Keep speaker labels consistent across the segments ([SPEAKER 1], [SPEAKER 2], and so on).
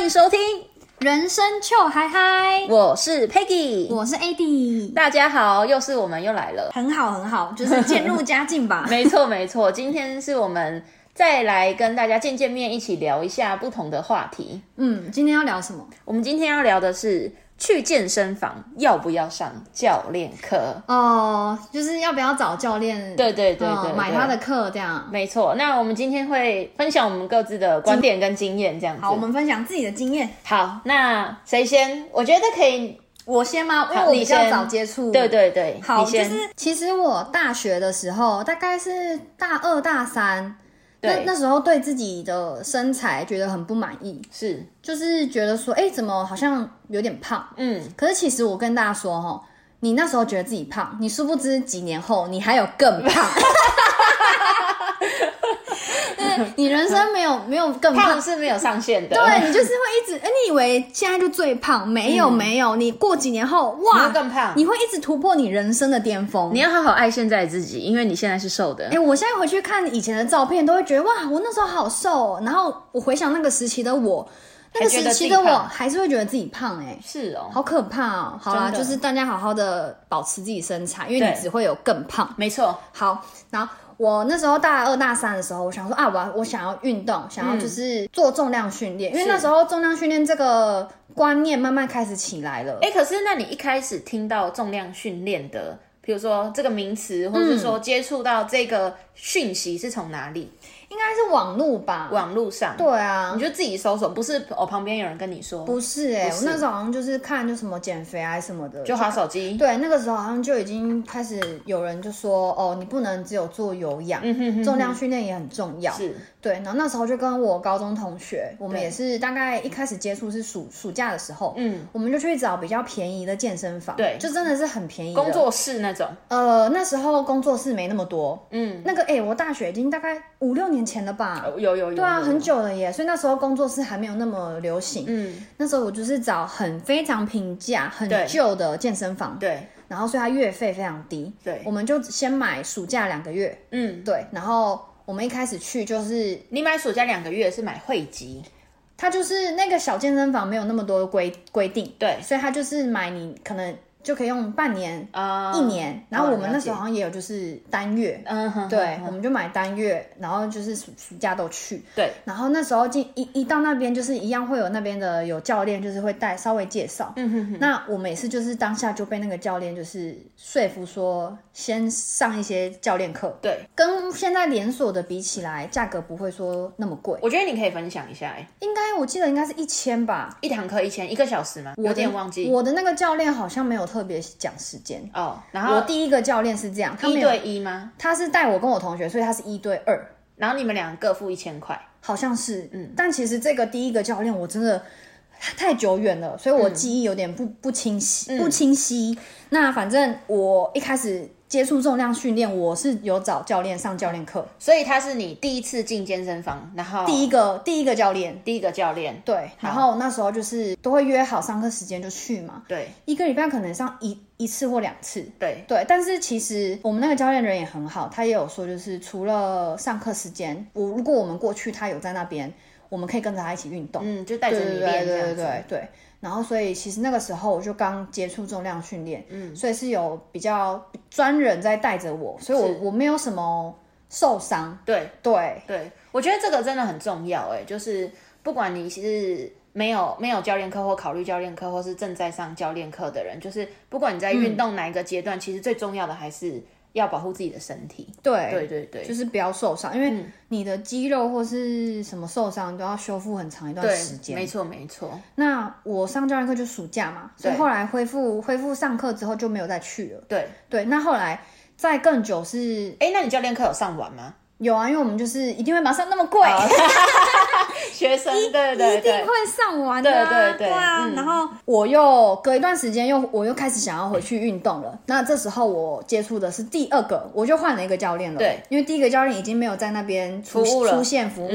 [SPEAKER 1] 迎收听，
[SPEAKER 2] 人生就嗨嗨，
[SPEAKER 1] 我是 Peggy，
[SPEAKER 2] 我是 AD，
[SPEAKER 1] 大家好，又是我们又来了。。
[SPEAKER 2] 很好很好，就是渐入佳境 吧
[SPEAKER 1] 没错没错，今天是我们再来跟大家见见面，一起聊一下不同的话题。
[SPEAKER 2] 嗯，今天要聊什么？
[SPEAKER 1] 我们今天要聊的是去健身房要不要上教练课？
[SPEAKER 2] 哦、就是要不要找教练？
[SPEAKER 1] 对对对
[SPEAKER 2] 嗯
[SPEAKER 1] 对对
[SPEAKER 2] 买他的课这样。
[SPEAKER 1] 没错，那我们今天会分享我们各自的观点跟经验，这样子。
[SPEAKER 2] 好，我们分享自己的经验。
[SPEAKER 1] 好，那谁先？我觉得可以。
[SPEAKER 2] 我先吗？因为
[SPEAKER 1] 好
[SPEAKER 2] 我
[SPEAKER 1] 你
[SPEAKER 2] 比较
[SPEAKER 1] 先
[SPEAKER 2] 早接触。
[SPEAKER 1] 对对对，
[SPEAKER 2] 好，
[SPEAKER 1] 你
[SPEAKER 2] 就
[SPEAKER 1] 先。
[SPEAKER 2] 是其实我大学的时候，大概是大二大三，那
[SPEAKER 1] 对
[SPEAKER 2] 那时候对自己的身材觉得很不满意，
[SPEAKER 1] 是，
[SPEAKER 2] 就是觉得说，哎、怎么好像有点胖？
[SPEAKER 1] 嗯，
[SPEAKER 2] 可是其实我跟大家说哈，你那时候觉得自己胖，你殊不知几年后你还有更胖。 就是你人生没有没有更
[SPEAKER 1] 胖
[SPEAKER 2] 胖，
[SPEAKER 1] 是没有上限的。
[SPEAKER 2] 对你就是会一直，哎、你以为现在就最胖？没有、没有，你过几年后
[SPEAKER 1] 嗯你
[SPEAKER 2] 哇
[SPEAKER 1] 会更胖
[SPEAKER 2] 你会一直突破你人生的巅峰
[SPEAKER 1] 你。要好好爱现在的自己，因为你现在是瘦的
[SPEAKER 2] 哎、。我现在回去看以前的照片，都会觉得哇，我那时候好瘦、哦。然后我回想那个时期的我，那个
[SPEAKER 1] 还觉
[SPEAKER 2] 时
[SPEAKER 1] 得
[SPEAKER 2] 期
[SPEAKER 1] 自己
[SPEAKER 2] 的我
[SPEAKER 1] 胖
[SPEAKER 2] 还是会觉得自己胖哎、
[SPEAKER 1] 是哦，
[SPEAKER 2] 好可怕哦！好啦，
[SPEAKER 1] 真
[SPEAKER 2] 就
[SPEAKER 1] 的
[SPEAKER 2] 是大家好好的保持自己身材，因为
[SPEAKER 1] 对
[SPEAKER 2] 你只会有更胖。
[SPEAKER 1] 没错，
[SPEAKER 2] 好，然后我那时候大二大三的时候，我想说啊，我要我想要运动，想要就是做重量训练，因为
[SPEAKER 1] 是
[SPEAKER 2] 那时候重量训练这个观念慢慢开始起来了。
[SPEAKER 1] 哎、可是那你一开始听到重量训练的，比如说这个名词，或是
[SPEAKER 2] 嗯
[SPEAKER 1] 说接触到这个讯息是从哪里？
[SPEAKER 2] 应该是网路吧？
[SPEAKER 1] 网络上，
[SPEAKER 2] 对啊
[SPEAKER 1] 你，就自己搜索，不是我、哦、旁边有人跟你说，
[SPEAKER 2] 不是哎、
[SPEAKER 1] 不
[SPEAKER 2] 我
[SPEAKER 1] 是
[SPEAKER 2] 那时候好像就是看就什么减肥啊什么的，
[SPEAKER 1] 就划手机。
[SPEAKER 2] 对，那个时候好像就已经开始有人就说哦，你不能只有做有氧，重量训练也很重要。
[SPEAKER 1] 是，
[SPEAKER 2] 对，然后那时候就跟我高中同学，我们
[SPEAKER 1] 对
[SPEAKER 2] 也是大概一开始接触是暑暑假的时候，
[SPEAKER 1] 嗯，
[SPEAKER 2] 我们就去找比较便宜的健身房，
[SPEAKER 1] 对
[SPEAKER 2] 就真的是很便宜的。
[SPEAKER 1] 工作室那种，
[SPEAKER 2] 呃，那时候工作室没那么多，
[SPEAKER 1] 嗯，哦
[SPEAKER 2] 那个哎、我大学已经大概五六年前了吧，
[SPEAKER 1] 有有有，
[SPEAKER 2] 对啊，
[SPEAKER 1] 有
[SPEAKER 2] 很，久了耶，所以那时候工作室还没有那么流行。
[SPEAKER 1] 嗯，
[SPEAKER 2] 那时候我就是找很非常平价、很
[SPEAKER 1] 对
[SPEAKER 2] 旧的健身房，
[SPEAKER 1] 对，
[SPEAKER 2] 然后所以它月费非常低，
[SPEAKER 1] 对
[SPEAKER 2] 我们就先买暑假两个月，
[SPEAKER 1] 嗯，
[SPEAKER 2] 对，然后我们一开始去就是
[SPEAKER 1] 你买暑假两个月是买会籍，
[SPEAKER 2] 它就是那个小健身房没有那么多的规规定，
[SPEAKER 1] 对
[SPEAKER 2] 所以它就是买你可能就可以用半年、
[SPEAKER 1] 啊、
[SPEAKER 2] 一年，然后我们那时候
[SPEAKER 1] 了
[SPEAKER 2] 好像也有就是单月，
[SPEAKER 1] 解，嗯哼，
[SPEAKER 2] 对，我们就买单月，然后就是暑暑假都去。
[SPEAKER 1] 对，
[SPEAKER 2] 然后那时候进一一到那边，就是一样会有那边的有教练，就是会带稍微介绍。
[SPEAKER 1] 嗯哼哼，
[SPEAKER 2] 那我们也是就是当下就被那个教练就是说服说，先上一些教练课，
[SPEAKER 1] 对，
[SPEAKER 2] 跟现在连锁的比起来，价格不会说那么贵，
[SPEAKER 1] 我觉得你可以分享一下、欸，
[SPEAKER 2] 应该我记得应该是一千吧，
[SPEAKER 1] 一堂课一千一个小时吗？有点忘记
[SPEAKER 2] 我的那个教练好像没有特别讲时间。
[SPEAKER 1] 哦。然
[SPEAKER 2] 我
[SPEAKER 1] 后
[SPEAKER 2] 第一个教练是这样，他
[SPEAKER 1] 一
[SPEAKER 2] 没有，
[SPEAKER 1] 对一吗？
[SPEAKER 2] 他是带我跟我同学，所以他是一对二，
[SPEAKER 1] 然后你们两个付一千块，
[SPEAKER 2] 好像是。嗯，但其实这个第一个教练我真的太久远了，所以
[SPEAKER 1] 嗯
[SPEAKER 2] 我记忆有点不不清晰，不清晰。那反正我一开始接触重量训练，我是有找教练上教练课，
[SPEAKER 1] 所以他是你第一次进健身房，然后
[SPEAKER 2] 第一个第一个教练。
[SPEAKER 1] 第一个教练，
[SPEAKER 2] 对，然后那时候就是都会约好上课时间就去嘛，
[SPEAKER 1] 对
[SPEAKER 2] 一个礼拜可能上一一次或两次，
[SPEAKER 1] 对，
[SPEAKER 2] 对，但是其实我们那个教练人也很好，他也有说，就是除了上课时间，我如果我们过去，他有在那边，我们可以跟着他一起运动。
[SPEAKER 1] 嗯，就带着
[SPEAKER 2] 对
[SPEAKER 1] 你
[SPEAKER 2] 对对
[SPEAKER 1] 练这样
[SPEAKER 2] 对
[SPEAKER 1] 子，
[SPEAKER 2] 对对。然后，所以其实那个时候我就刚接触重量训练，嗯，所以是有比较专人在带着我，所以我我没有什么受伤。
[SPEAKER 1] 对
[SPEAKER 2] 对，
[SPEAKER 1] 对，我觉得这个真的很重要、欸，哎，就是不管你是。没有没有教练课或考虑教练课或是正在上教练课的人，就是不管你在运动哪一个阶段，其实最重要的还是要保护自己的身体。
[SPEAKER 2] 对，嗯
[SPEAKER 1] 对对对，
[SPEAKER 2] 就是不要受伤，因为你的肌肉或是什么受伤都要修复很长一段时
[SPEAKER 1] 对，
[SPEAKER 2] 间。
[SPEAKER 1] 没错没错。
[SPEAKER 2] 那我上教练课就暑假嘛，所以后来恢复恢复上课之后就没有再去了。
[SPEAKER 1] 对，
[SPEAKER 2] 对，那后来再更久是
[SPEAKER 1] 哎，那你教练课有上完吗？
[SPEAKER 2] 有啊，因为我们就是一定会马上那么贵，
[SPEAKER 1] 啊学生，对
[SPEAKER 2] 一
[SPEAKER 1] 对
[SPEAKER 2] 定
[SPEAKER 1] 对，
[SPEAKER 2] 会上完的、啊，
[SPEAKER 1] 对对对
[SPEAKER 2] 啊。
[SPEAKER 1] 嗯
[SPEAKER 2] 然后我又隔一段时间又我又开始想要回去运动了。那这时候我接触的是第二个，我就换了一个教练了。
[SPEAKER 1] 对，
[SPEAKER 2] 因为第一个教练已经没有在那边出
[SPEAKER 1] 服务了嗯
[SPEAKER 2] 出现服务，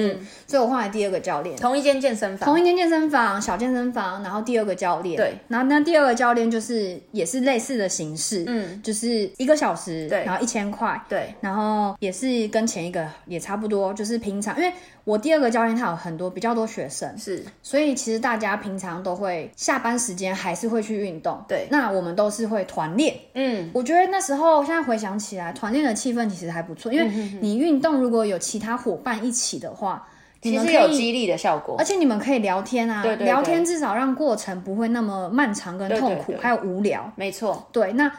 [SPEAKER 2] 所以我换了第二个教练。
[SPEAKER 1] 同一间健身房，
[SPEAKER 2] 同一间健身房，小健身房，然后第二个教练，
[SPEAKER 1] 对，
[SPEAKER 2] 然后那第二个教练就是也是类似的形式，
[SPEAKER 1] 嗯，
[SPEAKER 2] 就是一个小时，
[SPEAKER 1] 对
[SPEAKER 2] 然后一千块，
[SPEAKER 1] 对
[SPEAKER 2] 然后也是跟前一个也差不多，就是平常，因为我第二个教练他有很多比较多学生，
[SPEAKER 1] 是
[SPEAKER 2] 所以其实大家平常都会下班时间还是会去运动。
[SPEAKER 1] 对
[SPEAKER 2] 那我们都是会团练。
[SPEAKER 1] 嗯，
[SPEAKER 2] 我觉得那时候现在回想起来，团练的气氛其实还不错，
[SPEAKER 1] 嗯
[SPEAKER 2] 因为你运动如果有其他伙伴一起的话，你
[SPEAKER 1] 其
[SPEAKER 2] 们
[SPEAKER 1] 实
[SPEAKER 2] 可
[SPEAKER 1] 有
[SPEAKER 2] 以。
[SPEAKER 1] 激励的效果
[SPEAKER 2] 而。且你们可以聊天啊，
[SPEAKER 1] 对对
[SPEAKER 2] 聊天至少让过程不会那么漫长跟
[SPEAKER 1] 对对
[SPEAKER 2] 痛苦，
[SPEAKER 1] 对
[SPEAKER 2] 还有无聊。
[SPEAKER 1] 没错，
[SPEAKER 2] 对，那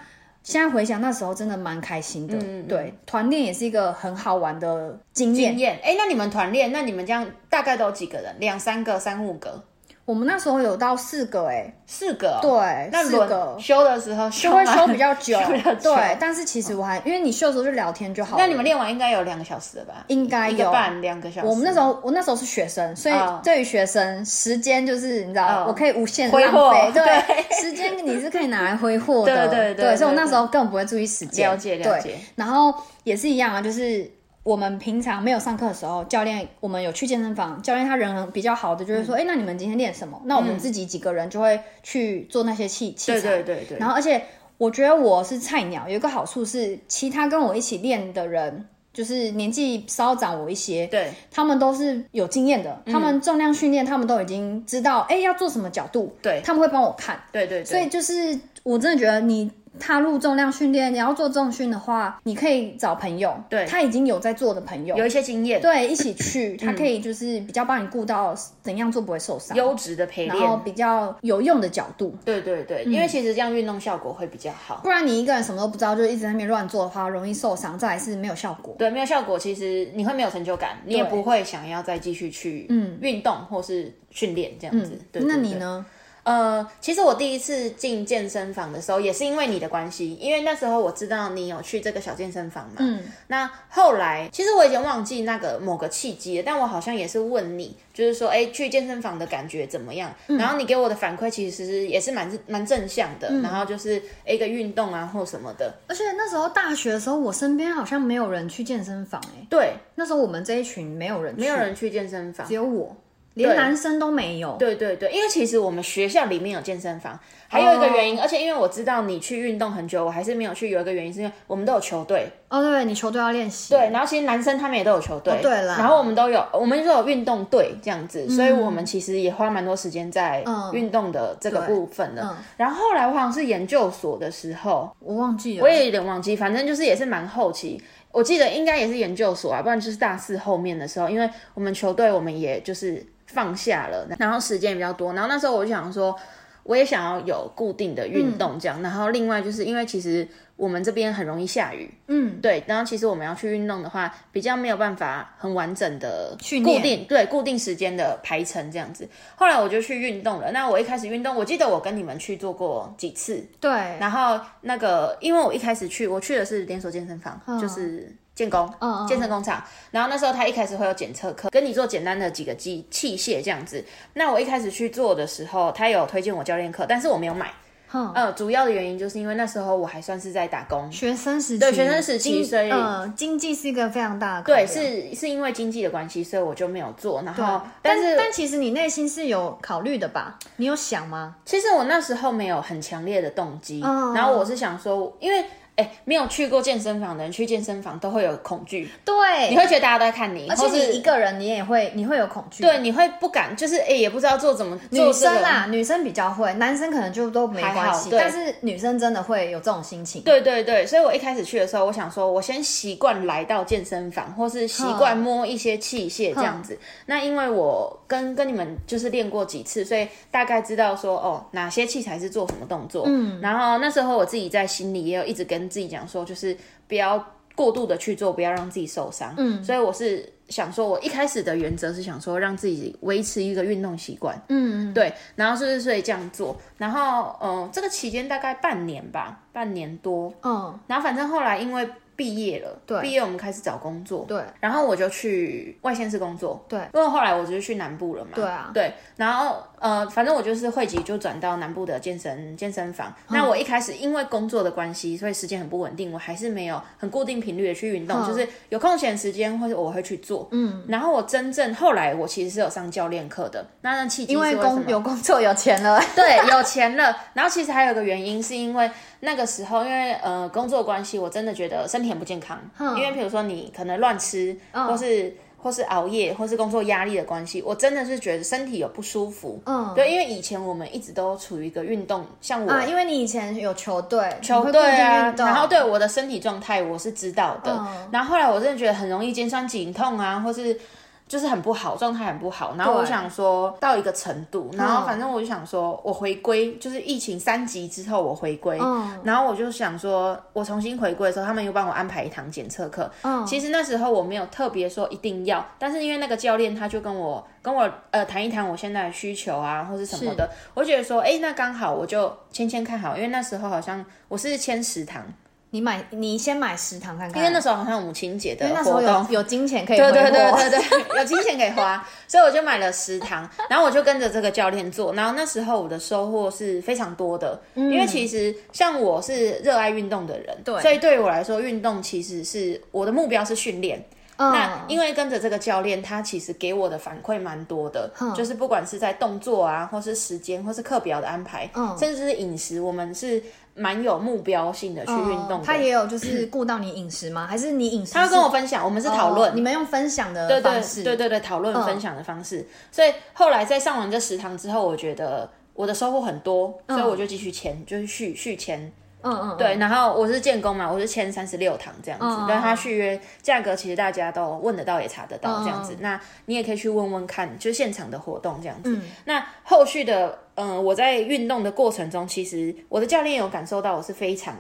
[SPEAKER 2] 现在回想那时候真的蛮开心的。
[SPEAKER 1] 嗯嗯嗯
[SPEAKER 2] 对，团练也是一个很好玩的经验
[SPEAKER 1] 经。验。哎，那你们团练，那你们这样大概都有几个人？两三个、三五个、
[SPEAKER 2] 我们那时候有到四个哎、
[SPEAKER 1] 四个哦？
[SPEAKER 2] 对，
[SPEAKER 1] 那
[SPEAKER 2] 四个
[SPEAKER 1] 轮修的时候修
[SPEAKER 2] 就会
[SPEAKER 1] 吗
[SPEAKER 2] 修 比较久，
[SPEAKER 1] 修比较久
[SPEAKER 2] 对。但是其实我还因为你秀的时候就聊天就好了。
[SPEAKER 1] 那你们练完应该有两个小时了吧？
[SPEAKER 2] 应该
[SPEAKER 1] 一个
[SPEAKER 2] 有
[SPEAKER 1] 半两个小时。
[SPEAKER 2] 我们那时候，我那时候是学生，所以
[SPEAKER 1] 哦
[SPEAKER 2] 对于学生，时间就是你知道
[SPEAKER 1] 哦，
[SPEAKER 2] 我可以无限
[SPEAKER 1] 挥
[SPEAKER 2] 浪
[SPEAKER 1] 霍
[SPEAKER 2] 费，对，
[SPEAKER 1] 对
[SPEAKER 2] 时间你是可以拿来挥霍
[SPEAKER 1] 对
[SPEAKER 2] 的，
[SPEAKER 1] 对对对
[SPEAKER 2] 所以我那
[SPEAKER 1] 对
[SPEAKER 2] 时候根本不会注意时间，
[SPEAKER 1] 了解了
[SPEAKER 2] 对
[SPEAKER 1] 解
[SPEAKER 2] 然后也是一样啊，就是我们平常没有上课的时候，教练我们有去健身房，教练他人很比较好的，就
[SPEAKER 1] 嗯
[SPEAKER 2] 会说，哎、那你们今天练什么？那我们自己几个人就会去做那些器器材，
[SPEAKER 1] 对对对对，
[SPEAKER 2] 然后而且我觉得我是菜鸟，有一个好处是，其他跟我一起练的人，就是年纪稍长我一些，
[SPEAKER 1] 对
[SPEAKER 2] 他们都是有经验的，
[SPEAKER 1] 嗯
[SPEAKER 2] 他们重量训练他们都已经知道，哎、要做什么角度，
[SPEAKER 1] 对
[SPEAKER 2] 他们会帮我看，
[SPEAKER 1] 对对对，
[SPEAKER 2] 所以就是我真的觉得你。踏入重量训练，你要做重训的话，你可以找朋友，
[SPEAKER 1] 对
[SPEAKER 2] 他已经有在做的朋友，
[SPEAKER 1] 有一嗯些经验，
[SPEAKER 2] 对，一起去，他可以就是比较帮你顾到怎样做不会受伤，
[SPEAKER 1] 优质的陪
[SPEAKER 2] 然后嗯
[SPEAKER 1] 练。
[SPEAKER 2] 比较有用的角度，
[SPEAKER 1] 对对对，因为其实这样运动效果会比较好。
[SPEAKER 2] 不然你一个人什么都不知道，就一直在那边乱做的话，容易受伤，再来是没有效果。
[SPEAKER 1] 对，没有效果，其实你会没有成就感，你也不会想要再继续去
[SPEAKER 2] 嗯
[SPEAKER 1] 运动或是训练这样子。对，对
[SPEAKER 2] 那你？
[SPEAKER 1] 对
[SPEAKER 2] 呢？
[SPEAKER 1] 呃，其实我第一次进健身房的时候，也是因为你的关系，因为那时候我知道你有去这个小健身房嘛。
[SPEAKER 2] 嗯，
[SPEAKER 1] 那后来，其实我已经忘记那个某个契机了，但我好像也是问你，就是说，哎，去健身房的感觉怎么样？
[SPEAKER 2] 嗯
[SPEAKER 1] 然后你给我的反馈其实也是蛮蛮正向的，然后就是哎一个运动啊或什么的。
[SPEAKER 2] 嗯而且那时候大学的时候，我身边好像没有人去健身房、欸，
[SPEAKER 1] 对，
[SPEAKER 2] 那时候我们这一群没有人去，
[SPEAKER 1] 没有人去健身房
[SPEAKER 2] 只。有我，连男生都没有。
[SPEAKER 1] 对对对，因为其实我们学校里面有健身房，还有一
[SPEAKER 2] 哦
[SPEAKER 1] 个原因而且因为我知道你去运动很久，我还是没有去，有一个原因是因为我们都有球队，
[SPEAKER 2] 哦，对，你球队要练习，
[SPEAKER 1] 对，，然后其实男生他们也都有球队，
[SPEAKER 2] 哦对啦
[SPEAKER 1] 然后我们都有，我们都有运动队这样子，所以我们其实也花蛮多时间在
[SPEAKER 2] 嗯
[SPEAKER 1] 运动的这个
[SPEAKER 2] 对
[SPEAKER 1] 部分的。
[SPEAKER 2] 嗯
[SPEAKER 1] 然后后来我好像是研究所的时候，
[SPEAKER 2] 我忘记
[SPEAKER 1] 我
[SPEAKER 2] 了。
[SPEAKER 1] 也有点忘记，反正就是也是蛮后期，我记得应该也是研究所啊，不然就是大四后面的时候，因为我们球队我们也就是放下了，然后时间比较多，然后那时候我就想说，我也想要有固定的运动
[SPEAKER 2] 嗯
[SPEAKER 1] 这样，然后另外就是因为其实我们这边很容易下雨，
[SPEAKER 2] 嗯，
[SPEAKER 1] 对，然后其实我们要去运动的话，比较没有办法很完整的
[SPEAKER 2] 训
[SPEAKER 1] 固
[SPEAKER 2] 练
[SPEAKER 1] 定对固定时间的排程这样子。后来我就去运动了，那我一开始运动，我记得我跟你们去做过几次，
[SPEAKER 2] 对，
[SPEAKER 1] 然后那个，因为我一开始去，我去的是连锁健身房，就是建工，
[SPEAKER 2] 嗯嗯嗯
[SPEAKER 1] 健身工厂。然后那时候他一开始会有检测课，跟你做简单的几个机器械这样子。那我一开始去做的时候，他有推荐我教练课，但是我没有买。
[SPEAKER 2] 哼，
[SPEAKER 1] 呃，主要的原因就是因为那时候我还算是在打工，
[SPEAKER 2] 学生时期，对
[SPEAKER 1] 学生时期所以
[SPEAKER 2] 呃，经济是一个非常大的考量，对
[SPEAKER 1] 是是因为经济的关系，所以我就没有做。然后，
[SPEAKER 2] 哦但
[SPEAKER 1] 是
[SPEAKER 2] 但其实你内心是有考虑的吧？你有想吗？
[SPEAKER 1] 其实我那时候没有很强烈的动机，
[SPEAKER 2] 嗯
[SPEAKER 1] 然后我是想说，因为。哎，没有去过健身房的人去健身房都会有恐惧，
[SPEAKER 2] 对，
[SPEAKER 1] 你会觉得大家都在看你，而
[SPEAKER 2] 而且你一个人，你也会你会有恐惧。
[SPEAKER 1] 对，你会不敢，就是哎、也不知道做怎么做
[SPEAKER 2] 女
[SPEAKER 1] 这
[SPEAKER 2] 生啊
[SPEAKER 1] 个。
[SPEAKER 2] 啦，女生比较会，男生可能就都没
[SPEAKER 1] 还
[SPEAKER 2] 关
[SPEAKER 1] 好
[SPEAKER 2] 系。
[SPEAKER 1] 对
[SPEAKER 2] 但是女生真的会有这种心情。，
[SPEAKER 1] 对对对，所以我一开始去的时候，我想说，我先习惯来到健身房，或是习惯摸一些器械这样子。那因为我跟跟你们就是练过几次，所以大概知道说哦哪些器材是做什么动作。嗯，然后那时候我自己在心里也有一直跟自己讲说，就是不要过度的去做，不要让自己受伤。嗯，所以我是想说，我一开始的原则是想说让自己维持一个运动习惯。
[SPEAKER 2] 嗯，
[SPEAKER 1] 对，然后就是所以这样做，然后嗯、呃这个期间大概半年吧，半年多，
[SPEAKER 2] 嗯，
[SPEAKER 1] 然后反正后来因为毕业了，对，毕业我们开始找工作，
[SPEAKER 2] 对，
[SPEAKER 1] 然后我就去外县市工作，
[SPEAKER 2] 对，
[SPEAKER 1] 因为后来我就是去南部了嘛，
[SPEAKER 2] 对啊
[SPEAKER 1] 对，然后呃，反正我就是汇集就转到南部的健身健身房。
[SPEAKER 2] 嗯
[SPEAKER 1] 那我一开始因为工作的关系，所以时间很不稳定，我还是没有很固定频率的去运
[SPEAKER 2] 嗯
[SPEAKER 1] 动，就是有空闲时间或者我会去做，嗯，然后我真正后来我其实是有上教练课的，那那契机是
[SPEAKER 2] 因为
[SPEAKER 1] 什
[SPEAKER 2] 工
[SPEAKER 1] 么
[SPEAKER 2] 有工作有钱了，
[SPEAKER 1] 对，有钱了。然后其实还有一个原因，是因为那个时候，因为呃工作关系，我真的觉得身体很不健康。因为比如说你可能乱吃，
[SPEAKER 2] 嗯
[SPEAKER 1] 或是或是熬夜，或是工作压力的关系，我真的是觉得身体有不舒服。
[SPEAKER 2] 嗯
[SPEAKER 1] 对，因为以前我们一直都处于一个运动，像我、
[SPEAKER 2] 啊，因为你以前有球队，
[SPEAKER 1] 球
[SPEAKER 2] 你会
[SPEAKER 1] 队
[SPEAKER 2] 固定
[SPEAKER 1] 啊
[SPEAKER 2] 运，动
[SPEAKER 1] 然后对我的身体状态我是知道的。
[SPEAKER 2] 嗯
[SPEAKER 1] 然后后来我真的觉得很容易肩酸颈痛啊，或是就是很不好，状态很不好。然后我
[SPEAKER 2] 对
[SPEAKER 1] 想说到一个程度，然后
[SPEAKER 2] 嗯
[SPEAKER 1] 反正我就想说，我回归就是疫情三级之后我回归，
[SPEAKER 2] 嗯
[SPEAKER 1] 然后我就想说，我重新回归的时候，他们又帮我安排一堂检测课。
[SPEAKER 2] 嗯
[SPEAKER 1] 其实那时候我没有特别说一定要，但是因为那个教练他就跟我跟我呃谈一谈我现在的需求啊，或是什么的，我觉得说，哎、那刚好我就签签看好，因为那时候好像我是签十堂，
[SPEAKER 2] 你买你先买食堂看看，
[SPEAKER 1] 因为那时候好像母亲节的
[SPEAKER 2] 因为那时
[SPEAKER 1] 活
[SPEAKER 2] 候
[SPEAKER 1] 动
[SPEAKER 2] 有。有金钱可以
[SPEAKER 1] 对对
[SPEAKER 2] 挥
[SPEAKER 1] 对
[SPEAKER 2] 霍
[SPEAKER 1] 对 对，有金钱可以花，所以我就买了十堂，然后我就跟着这个教练做，然后那时候我的收获是非常多的，因为其实像我是热爱运动的人，
[SPEAKER 2] 嗯对
[SPEAKER 1] 所以对于我来说，运动其实是我的目标是训练，那
[SPEAKER 2] 嗯
[SPEAKER 1] 因为跟着这个教练，他其实给我的反馈蛮多的，就是不管是在动作啊，或是时间，或是课表的安排，
[SPEAKER 2] 嗯
[SPEAKER 1] 甚至是饮食，我们是蛮有目标性的去运动的。
[SPEAKER 2] 哦他也有就是顾到你饮食吗？还是你饮食是？
[SPEAKER 1] 他
[SPEAKER 2] 他
[SPEAKER 1] 会跟我分享，我们是讨论、
[SPEAKER 2] 哦你们用分享的
[SPEAKER 1] 对
[SPEAKER 2] 方式，嗯
[SPEAKER 1] 对对对对，讨论分享的方式。所以后来在上完这十堂之后，我觉得我的收获很多，所以我就继续签，就是续续签。
[SPEAKER 2] 嗯嗯，
[SPEAKER 1] 对，然后我是建工嘛，我是签三十六堂这样子，
[SPEAKER 2] 嗯
[SPEAKER 1] 但他续约价格其实大家都问得到也查得到这样子，
[SPEAKER 2] 嗯
[SPEAKER 1] 那你也可以去问问看，就是现场的活动这样子。那后续的，嗯、我在运动的过程中，其实我的教练有感受到我是非常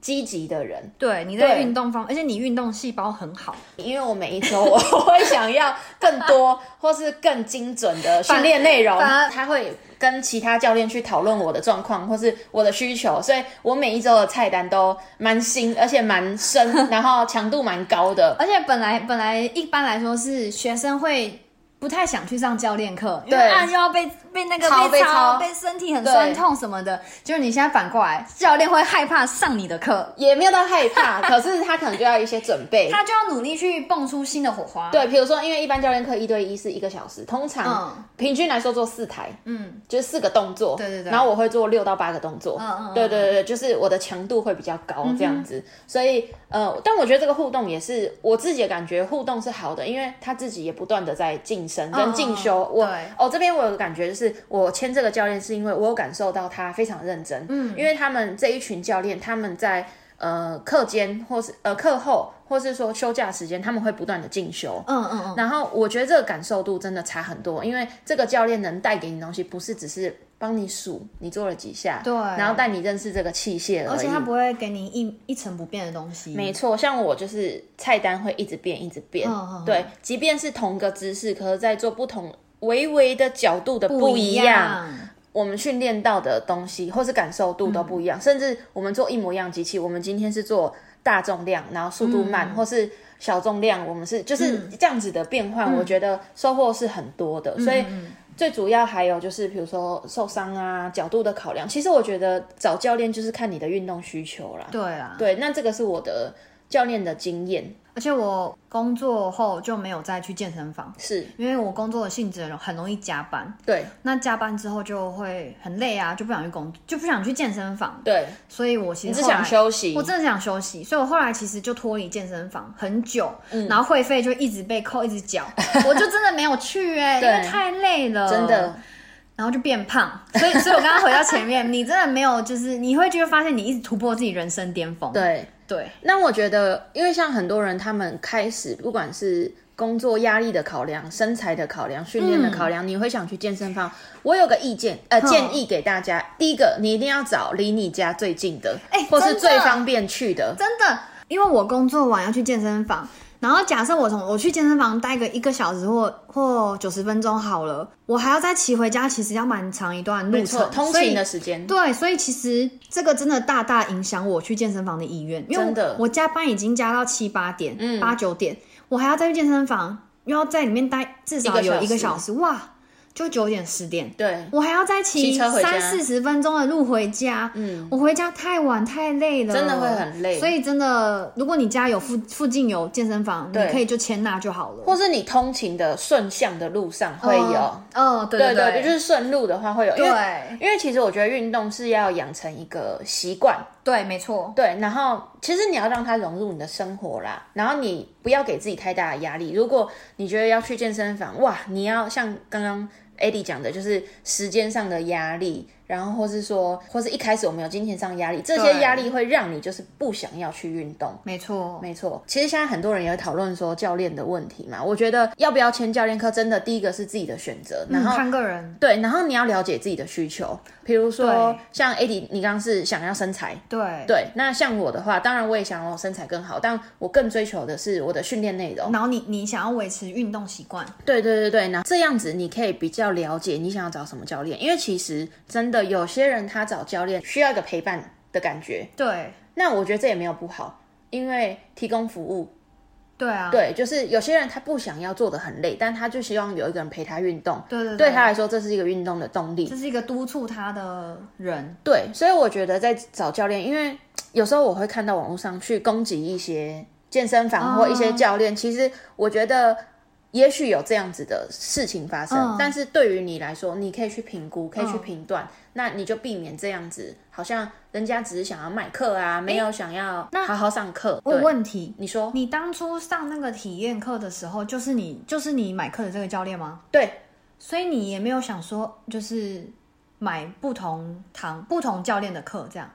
[SPEAKER 1] 积极的人，
[SPEAKER 2] 对，你在
[SPEAKER 1] 对
[SPEAKER 2] 运动方，而且你运动细胞很好，
[SPEAKER 1] 因为我每一周 我会想要更多 或是更精准的训练内容，
[SPEAKER 2] 反而
[SPEAKER 1] 他会跟其他教练去讨论我的状况或是我的需求，所以我每一周的菜单都蛮新，而且蛮深， 然后强度蛮高的。
[SPEAKER 2] 而且本来本来一般来说是学生会。不太想去上教练课，因为
[SPEAKER 1] 对
[SPEAKER 2] 啊又要被被那个
[SPEAKER 1] 操
[SPEAKER 2] 被
[SPEAKER 1] 被操
[SPEAKER 2] 被身体很
[SPEAKER 1] 对
[SPEAKER 2] 酸痛什么的。就是你现在反过来，教练会害怕上你的课，
[SPEAKER 1] 也没有到害怕，可是他可能就要一些准备。
[SPEAKER 2] 他就要努力去蹦出新的火花。，
[SPEAKER 1] 对，比如说，因为一般教练课一对一是一个小时，通
[SPEAKER 2] 嗯
[SPEAKER 1] 常平均来说做四台，
[SPEAKER 2] 嗯，
[SPEAKER 1] 就是四个动作，
[SPEAKER 2] 对对对
[SPEAKER 1] 然后我会做六到八个动作，
[SPEAKER 2] 嗯嗯嗯嗯
[SPEAKER 1] 对对对对，就是我的强度会比较高这样子，所以呃，但我觉得这个互动也是我自己的感觉，互动是好的，因为他自己也不断的在晋升跟进修。
[SPEAKER 2] 嗯
[SPEAKER 1] 我
[SPEAKER 2] 对
[SPEAKER 1] 哦这边我有个感觉就是，我签这个教练是因为我有感受到他非常认真，嗯，因为他们这一群教练他们在呃课间或是呃课后或是说休假时间，他们会不断的进修，
[SPEAKER 2] 嗯嗯嗯，
[SPEAKER 1] 然后我觉得这个感受度真的差很多，因为这个教练能带给你的东西，不是只是帮你数你做了几下，
[SPEAKER 2] 对
[SPEAKER 1] 然后带你认识这个器械而已。
[SPEAKER 2] 而且他不会给你一一成不变的东西。
[SPEAKER 1] 没错，像我就是菜单会一直变，一直变。
[SPEAKER 2] 嗯嗯
[SPEAKER 1] 对，即便是同个姿势，可是在做不同微微的角度的不一样，我们训练到的东西或是感受度都不一样，甚至我们做一模一样的机器，我们今天是做大重量，然后速度慢，或是小重量，我们是就是这样子的变换，我觉得收获是很多的，所以。最主要还有就是，比如说受伤啊，角度的考量。其实我觉得找教练就是看你的运动需求啦。
[SPEAKER 2] 对啊，
[SPEAKER 1] 对，那这个是我的教练的经验，
[SPEAKER 2] 而且我工作后就没有再去健身房，
[SPEAKER 1] 是
[SPEAKER 2] 因为我工作的性质很容易加班。
[SPEAKER 1] 对
[SPEAKER 2] 那加班之后就会很累啊，就不想去工，就不想去健身房。
[SPEAKER 1] 对，
[SPEAKER 2] 所以我其
[SPEAKER 1] 你
[SPEAKER 2] 实
[SPEAKER 1] 是
[SPEAKER 2] 后来
[SPEAKER 1] 想休息
[SPEAKER 2] 我，真的想休息，所以我后来其实就脱离健身房很久，
[SPEAKER 1] 嗯
[SPEAKER 2] 然后会费就一直被扣，一直缴，我就真的没有去哎、
[SPEAKER 1] 对
[SPEAKER 2] 因为太累了，
[SPEAKER 1] 真的，
[SPEAKER 2] 然后就变胖，所以，所以我刚刚回到前面， 你真的没有，就是你会就会发现你一直突破自己人生巅峰。
[SPEAKER 1] 对。
[SPEAKER 2] 对，
[SPEAKER 1] 那我觉得，因为像很多人，他们开始不管是工作压力的考量、身材的考量、训练的考量，你会想去健身房。我有个意见，呃，
[SPEAKER 2] 嗯哼
[SPEAKER 1] 建议给大家：第一个，你一定要找离你家最近的，
[SPEAKER 2] 哎
[SPEAKER 1] 或是
[SPEAKER 2] 真的
[SPEAKER 1] 最方便去的。
[SPEAKER 2] 真的，因为我工作完要去健身房，然后假设我从我去健身房待个一个小时或或九十分钟好了，我还要再骑回家，其实要蛮长一段路
[SPEAKER 1] 没错，
[SPEAKER 2] 程，
[SPEAKER 1] 通
[SPEAKER 2] 所以
[SPEAKER 1] 勤的时间。
[SPEAKER 2] 对，所以其实这个真的大大影响我去健身房的意愿，因为
[SPEAKER 1] 真的
[SPEAKER 2] 我我加班已经加到七八点、
[SPEAKER 1] 嗯
[SPEAKER 2] 八九点，我还要再去健身房，又要在里面待至少
[SPEAKER 1] 一个小
[SPEAKER 2] 有一个
[SPEAKER 1] 时
[SPEAKER 2] 小时，哇，就九点十点，
[SPEAKER 1] 对，
[SPEAKER 2] 我还要再骑
[SPEAKER 1] 骑车回家
[SPEAKER 2] 三四十分钟的路回家，
[SPEAKER 1] 嗯，
[SPEAKER 2] 我回家太晚太累了，
[SPEAKER 1] 真的会很累
[SPEAKER 2] 所以真的，如果你家有附附近有健身房，你
[SPEAKER 1] 对
[SPEAKER 2] 可以就签那就好了，
[SPEAKER 1] 或是你通勤的顺向的路上会有。
[SPEAKER 2] 嗯，嗯，对
[SPEAKER 1] 对
[SPEAKER 2] 对
[SPEAKER 1] 对，就是顺路的话会有，因为
[SPEAKER 2] 对
[SPEAKER 1] 因为其实我觉得运动是要养成一个习惯，
[SPEAKER 2] 对，没错，
[SPEAKER 1] 对，然后其实你要让它融入你的生活啦，然后你不要给自己太大的压力。如果你觉得要去健身房，哇，你要像刚刚 Eddie 讲的，就是时间上的压力，然后或是说，或是一开始我们有金钱上压力，这些
[SPEAKER 2] 对
[SPEAKER 1] 压力会让你就是不想要去运动。
[SPEAKER 2] 没错，
[SPEAKER 1] 没错，其实现在很多人也会讨论说教练的问题嘛。我觉得要不要签教练课，真的第一个是自己的选择，然
[SPEAKER 2] 嗯，
[SPEAKER 1] 后
[SPEAKER 2] 看个人，
[SPEAKER 1] 对，然后你要了解自己的需求，比如说
[SPEAKER 2] 对
[SPEAKER 1] 像 AD，你刚刚是想要身材，
[SPEAKER 2] 对
[SPEAKER 1] 对，那像我的话，当然我也想要身材更好，但我更追求的是我的训练内容。
[SPEAKER 2] 然后你你想要维持运动习惯，
[SPEAKER 1] 对对对对，那这样子你可以比较了解你想要找什么教练，因为其实真的有些人他找教练需要一个陪伴的感觉，
[SPEAKER 2] 对
[SPEAKER 1] 那我觉得这也没有不好，因为提供服务
[SPEAKER 2] 对啊，
[SPEAKER 1] 对，就是有些人他不想要做的很累，但他就希望有一个人陪他运动。
[SPEAKER 2] 对对
[SPEAKER 1] 对他来说，这是一个运动的动力。
[SPEAKER 2] 这是一个督促他的人，
[SPEAKER 1] 对，所以我觉得在找教练，因为有时候我会看到网络上去攻击一些健身房或一
[SPEAKER 2] 哦
[SPEAKER 1] 些教练，其实我觉得。也许有这样子的事情发生，
[SPEAKER 2] 嗯
[SPEAKER 1] 但是对于你来说，你可以去评估，可以去评断，那你就避免这样子，好像人家只是想要买课啊，没有想要好好上课。
[SPEAKER 2] 我有
[SPEAKER 1] 对，
[SPEAKER 2] 问题，
[SPEAKER 1] 你说
[SPEAKER 2] 你当初上那个体验课的时候，就是你就是你买课的这个教练吗？
[SPEAKER 1] 对，
[SPEAKER 2] 所以你也没有想说就是买不同堂不同教练的课这样，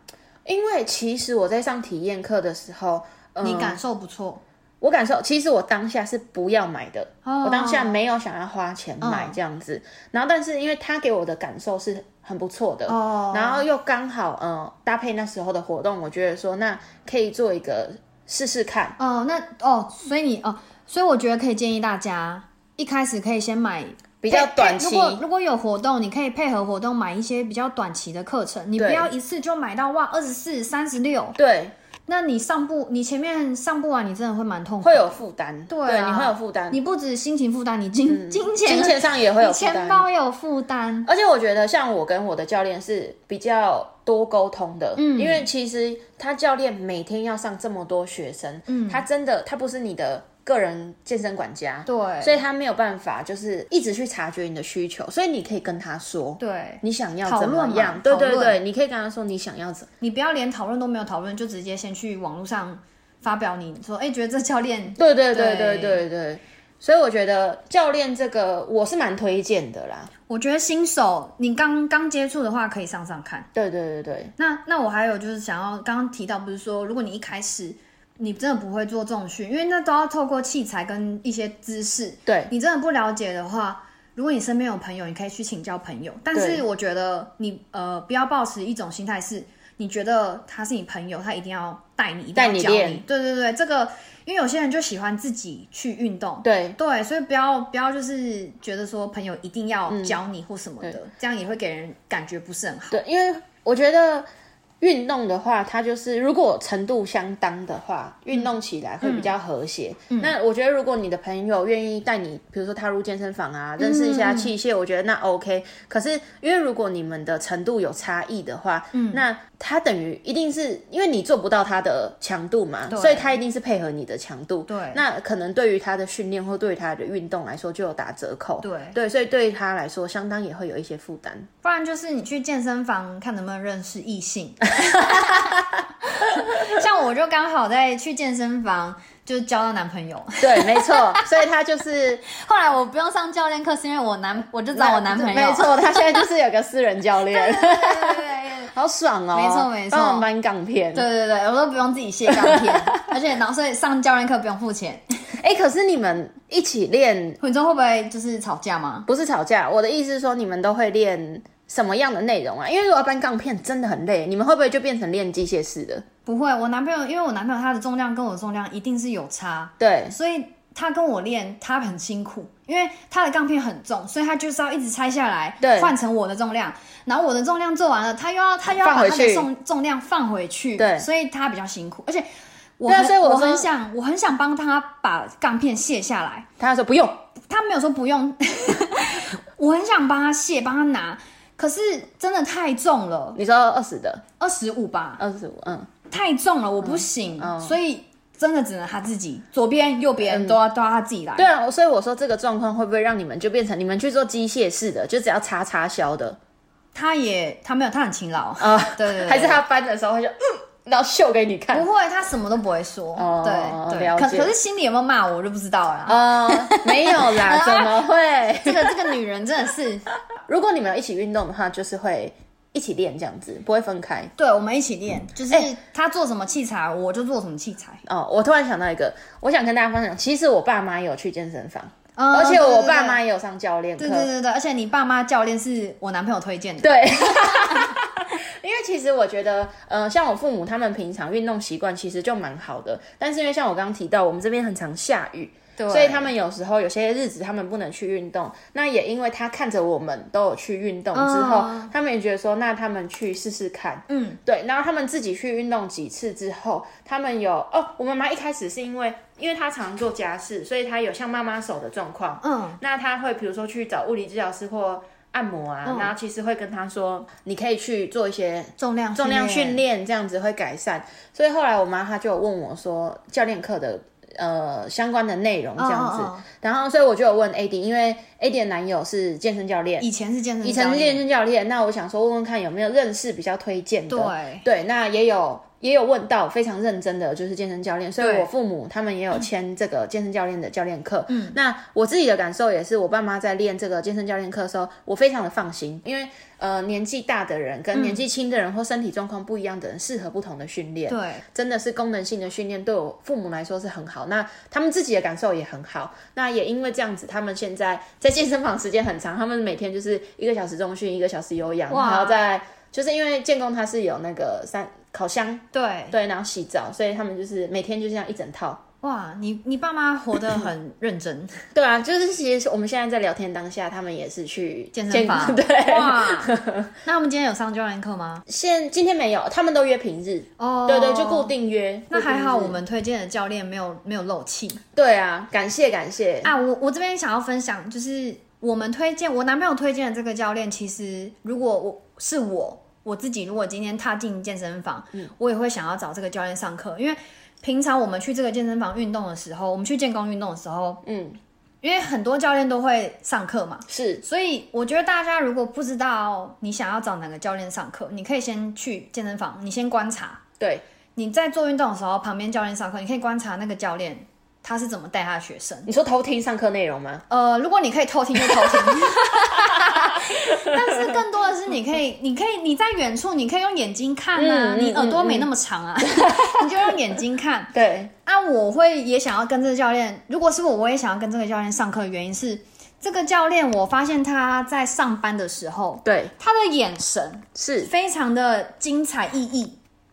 [SPEAKER 1] 因为其实我在上体验课的时候，嗯、
[SPEAKER 2] 你感受不错，
[SPEAKER 1] 我感受，其实我当下是不要买的，
[SPEAKER 2] 哦嗯
[SPEAKER 1] 我当下没有想要花钱买这样子。然后，但是因为他给我的感受是很不错的，
[SPEAKER 2] 哦
[SPEAKER 1] 然后又刚好呃搭配那时候的活动，我觉得说那可以做一个试试看。
[SPEAKER 2] 哦，那哦，所以你哦，所以我觉得可以建议大家一开始可以先买
[SPEAKER 1] 比较
[SPEAKER 2] 配
[SPEAKER 1] 短期
[SPEAKER 2] 哎配如果如果有活动，你可以配合活动买一些比较短期的课程，你不
[SPEAKER 1] 对
[SPEAKER 2] 要一次就买到哇二十四、三十六，
[SPEAKER 1] 对，
[SPEAKER 2] 那你上不你前面上不完，你真的会蛮痛苦，
[SPEAKER 1] 会有负担，
[SPEAKER 2] 对啊
[SPEAKER 1] 你会有负担，嗯
[SPEAKER 2] 你不止心情负担，你金、金钱
[SPEAKER 1] 金钱上也会有
[SPEAKER 2] 你
[SPEAKER 1] 负
[SPEAKER 2] 钱
[SPEAKER 1] 担。
[SPEAKER 2] 包也有负担，
[SPEAKER 1] 而且我觉得，像我跟我的教练是比较多沟通的，嗯，因为其实他教练每天要上这么多学生，嗯，他真的他不是你的个人健身管家，
[SPEAKER 2] 对
[SPEAKER 1] 所以他没有办法就是一直去察觉你的需求，所以你可以跟他说，
[SPEAKER 2] 对，
[SPEAKER 1] 你想要
[SPEAKER 2] 讨
[SPEAKER 1] 怎
[SPEAKER 2] 论
[SPEAKER 1] 么
[SPEAKER 2] 嘛
[SPEAKER 1] 样？对对
[SPEAKER 2] 讨
[SPEAKER 1] 对，
[SPEAKER 2] 论
[SPEAKER 1] 你可以跟他说你想要怎，
[SPEAKER 2] 你不要连讨论都没有讨论，就直接先去网络上发表你说，哎、觉得这教练
[SPEAKER 1] 对对对对
[SPEAKER 2] 对
[SPEAKER 1] 对对。所以我觉得教练这个我是蛮推荐的啦，
[SPEAKER 2] 我觉得新手你刚刚接触的话，可以上上看。
[SPEAKER 1] 对对对对
[SPEAKER 2] 那那我还有就是想要刚刚提到，不是说如果你一开始你真的不会做重训，因为那都要透过器材跟一些姿势，
[SPEAKER 1] 对，
[SPEAKER 2] 你真的不了解的话。如果你身边有朋友，你可以去请教朋友。但
[SPEAKER 1] 对
[SPEAKER 2] 是我觉得你呃，不要抱持一种心态是，你觉得他是你朋友，他一定要带你，一定
[SPEAKER 1] 带
[SPEAKER 2] 要
[SPEAKER 1] 你
[SPEAKER 2] 教你。
[SPEAKER 1] 练
[SPEAKER 2] 对对对，这个因为有些人就喜欢自己去运动，
[SPEAKER 1] 对
[SPEAKER 2] 对，所以不要不要就是觉得说朋友一定要教你或什么的，这样也会给人感觉不是很好。
[SPEAKER 1] 嗯对，因为我觉得运动的话，它就是如果程度相当的话，运动起来会比较和谐。
[SPEAKER 2] 嗯
[SPEAKER 1] 那我觉得如果你的朋友愿意带你，比如说踏入健身房
[SPEAKER 2] 嗯
[SPEAKER 1] 啊，认识一下器械，我觉得那 OK。可是因为如果你们的程度有差异的话，
[SPEAKER 2] 嗯
[SPEAKER 1] 那他等于一定是因为你做不到他的强度嘛，所以他一定是配合你的强度。
[SPEAKER 2] 对
[SPEAKER 1] 那可能对于他的训练或对于他的运动来说就有打折扣。
[SPEAKER 2] 对
[SPEAKER 1] 对，所以对他来说相当也会有一些负担。
[SPEAKER 2] 不然就是你去健身房看能不能认识异性。 像我就刚好在去健身房就交到男朋友，
[SPEAKER 1] 对，没错，所以他 就是
[SPEAKER 2] 后来我不用上教练课，是因为我男我就找我男朋友。
[SPEAKER 1] 没，错，他现在就是有个私人教练，
[SPEAKER 2] 对 对对
[SPEAKER 1] 好爽哦！
[SPEAKER 2] 没错没错
[SPEAKER 1] 帮我们搬港片。
[SPEAKER 2] 对对对，我都不用自己卸钢片，而且然后所以上教练课不用付钱。
[SPEAKER 1] 哎，可是你们一起练
[SPEAKER 2] 你知道会不会就是吵架吗？
[SPEAKER 1] 不是吵架，我的意思是说你们都会练什么样的内容啊？因为如果要搬港片真的很累，你们会不会就变成练机械式的？
[SPEAKER 2] 不会，我男朋友因为我男朋友他的重量跟我的重量一定是有差，
[SPEAKER 1] 对
[SPEAKER 2] 所以他跟我练，他很辛苦，因为他的杠片很重，所以他就是要一直拆下来，
[SPEAKER 1] 对
[SPEAKER 2] 换成我的重量，然后我的重量做完了，他又要他又要
[SPEAKER 1] 放
[SPEAKER 2] 把
[SPEAKER 1] 回
[SPEAKER 2] 他
[SPEAKER 1] 去
[SPEAKER 2] 的重重量放回去，
[SPEAKER 1] 对
[SPEAKER 2] 所以他比较辛苦，而且我
[SPEAKER 1] 对啊
[SPEAKER 2] 很
[SPEAKER 1] 所以我
[SPEAKER 2] 我
[SPEAKER 1] 说
[SPEAKER 2] 很想我很想帮他把杠片卸下来，
[SPEAKER 1] 他说不用，
[SPEAKER 2] 他没有说不用， 我很想帮他卸，帮他拿，可是真的太重了，
[SPEAKER 1] 你说二十的，
[SPEAKER 2] 二十五吧，
[SPEAKER 1] 二十五，嗯，
[SPEAKER 2] 太重了，我不行，
[SPEAKER 1] 嗯
[SPEAKER 2] 所以真的只能他自己，左边右边都要、都要他自己来。
[SPEAKER 1] 对啊，所以我说这个状况会不会让你们就变成你们去做机械式的，就只要叉叉消的
[SPEAKER 2] 他也他没有，他很勤劳。
[SPEAKER 1] 啊？
[SPEAKER 2] 对对对
[SPEAKER 1] 还是他搬的时候会就嗯然后秀给你看
[SPEAKER 2] 不。会，他什么都不会说。
[SPEAKER 1] 哦
[SPEAKER 2] 对
[SPEAKER 1] 了
[SPEAKER 2] 对，可
[SPEAKER 1] 解
[SPEAKER 2] 可是心里有没有骂我，我就不知道了啦。
[SPEAKER 1] 啊、没有啦，怎么会？
[SPEAKER 2] 这个这个女人真的是，
[SPEAKER 1] 如果你们有一起运动的话，就是会一起练这样子，不会分开。
[SPEAKER 2] 对我们一起练，就是
[SPEAKER 1] 哎
[SPEAKER 2] 她做什么器材，我就做什么器材。
[SPEAKER 1] 哦，我突然想到一个，我想跟大家分享，其实我爸妈也有去健身房，
[SPEAKER 2] 嗯
[SPEAKER 1] 而且
[SPEAKER 2] 对对
[SPEAKER 1] 我
[SPEAKER 2] 对
[SPEAKER 1] 爸妈也有上教练课。
[SPEAKER 2] 对对对对，而且你爸妈教练是我男朋友推荐的。
[SPEAKER 1] 对， 因为其实我觉得，呃，像我父母他们平常运动习惯其实就蛮好的，但是因为像我刚刚提到，我们这边很常下雨，
[SPEAKER 2] 对，
[SPEAKER 1] 所以他们有时候有些日子他们不能去运动。那也因为他看着我们都有去运动之后，
[SPEAKER 2] 嗯
[SPEAKER 1] 他们也觉得说，那他们去试试看。
[SPEAKER 2] 嗯，
[SPEAKER 1] 对，然后他们自己去运动几次之后，他们有哦，我妈妈一开始是因为因为她常做家事，所以她有像妈妈手的状况，
[SPEAKER 2] 嗯，
[SPEAKER 1] 那他会比如说去找物理治疗师或按摩啊，然后其实会跟他说，你可以去做一些
[SPEAKER 2] 嗯重量
[SPEAKER 1] 重量训，练，这样子会改善。所以后来我妈她就有问我说，教练课的呃相关的内容这样子，
[SPEAKER 2] 哦哦哦
[SPEAKER 1] 然后所以我就有问 AD，因为 AD 的男友是健身教练。
[SPEAKER 2] 以前是健身，
[SPEAKER 1] 以前是健，身教练，那我想说问问看有没有认识比较推荐的，
[SPEAKER 2] 对
[SPEAKER 1] 对，那也有也有问到非常认真的就是健身教练，所以
[SPEAKER 2] 对
[SPEAKER 1] 我父母他们也有签这个健身教练的教练课。嗯，那我自己的感受也是，我爸妈在练这个健身教练课的时候，我非常的放心，因为呃年纪大的人跟年纪轻的人或身体状况不一样的人，适合不同的训练。
[SPEAKER 2] 对，
[SPEAKER 1] 真的是功能性的训练，对我父母来说是很好。那他们自己的感受也很好。那也因为这样子，他们现在在健身房时间很长，他们每天就是一个小时中训，一个小时有氧，
[SPEAKER 2] 哇
[SPEAKER 1] 然后再就是因为建工他是有那个三烤箱，
[SPEAKER 2] 对，
[SPEAKER 1] 对，然后洗澡，所以他们就是每天就这样一整套。
[SPEAKER 2] 哇，你你爸妈活得很认真，
[SPEAKER 1] 对啊，就是其实我们现在在聊天当下，他们也是去
[SPEAKER 2] 健身房，
[SPEAKER 1] 对。
[SPEAKER 2] 哇，那他们今天有上教练课吗？
[SPEAKER 1] 现今天没有，他们都约平日，
[SPEAKER 2] 哦，
[SPEAKER 1] 对对，就固。定约。
[SPEAKER 2] 那还好，
[SPEAKER 1] 固定
[SPEAKER 2] 我
[SPEAKER 1] 日
[SPEAKER 2] 们推荐的教练没有没有漏气
[SPEAKER 1] 对啊，感谢感谢。
[SPEAKER 2] 啊！我我这边想要分享，就是我们推荐我男朋友推荐的这个教练，其实如果我是我我自己，如果今天踏进健身房，我也会想要找这个教练上课，因为平常我们去这个健身房运动的时候，我们去健工运动的时候，
[SPEAKER 1] 嗯，
[SPEAKER 2] 因为很多教练都会上课嘛，
[SPEAKER 1] 是
[SPEAKER 2] 所以我觉得大家如果不知道你想要找哪个教练上课，你可以先去健身房，你先观察。
[SPEAKER 1] 对，
[SPEAKER 2] 你在做运动的时候，旁边教练上课，你可以观察那个教练他是怎么带他的学生。
[SPEAKER 1] 你说偷听上课内容吗？
[SPEAKER 2] 呃，如果你可以偷听就偷听， 但是更多的是你可以，你可以你在远处，你可以用眼睛看啊，
[SPEAKER 1] 嗯嗯
[SPEAKER 2] 你耳朵
[SPEAKER 1] 嗯
[SPEAKER 2] 没那么长啊， 你就用眼睛看。
[SPEAKER 1] 对，
[SPEAKER 2] 啊，我会也想要跟这个教练，如果是我，我也想要跟这个教练上课的原因是，这个教练我发现他在上班的时候，
[SPEAKER 1] 对，
[SPEAKER 2] 他的眼神
[SPEAKER 1] 是
[SPEAKER 2] 非常的精彩奕奕。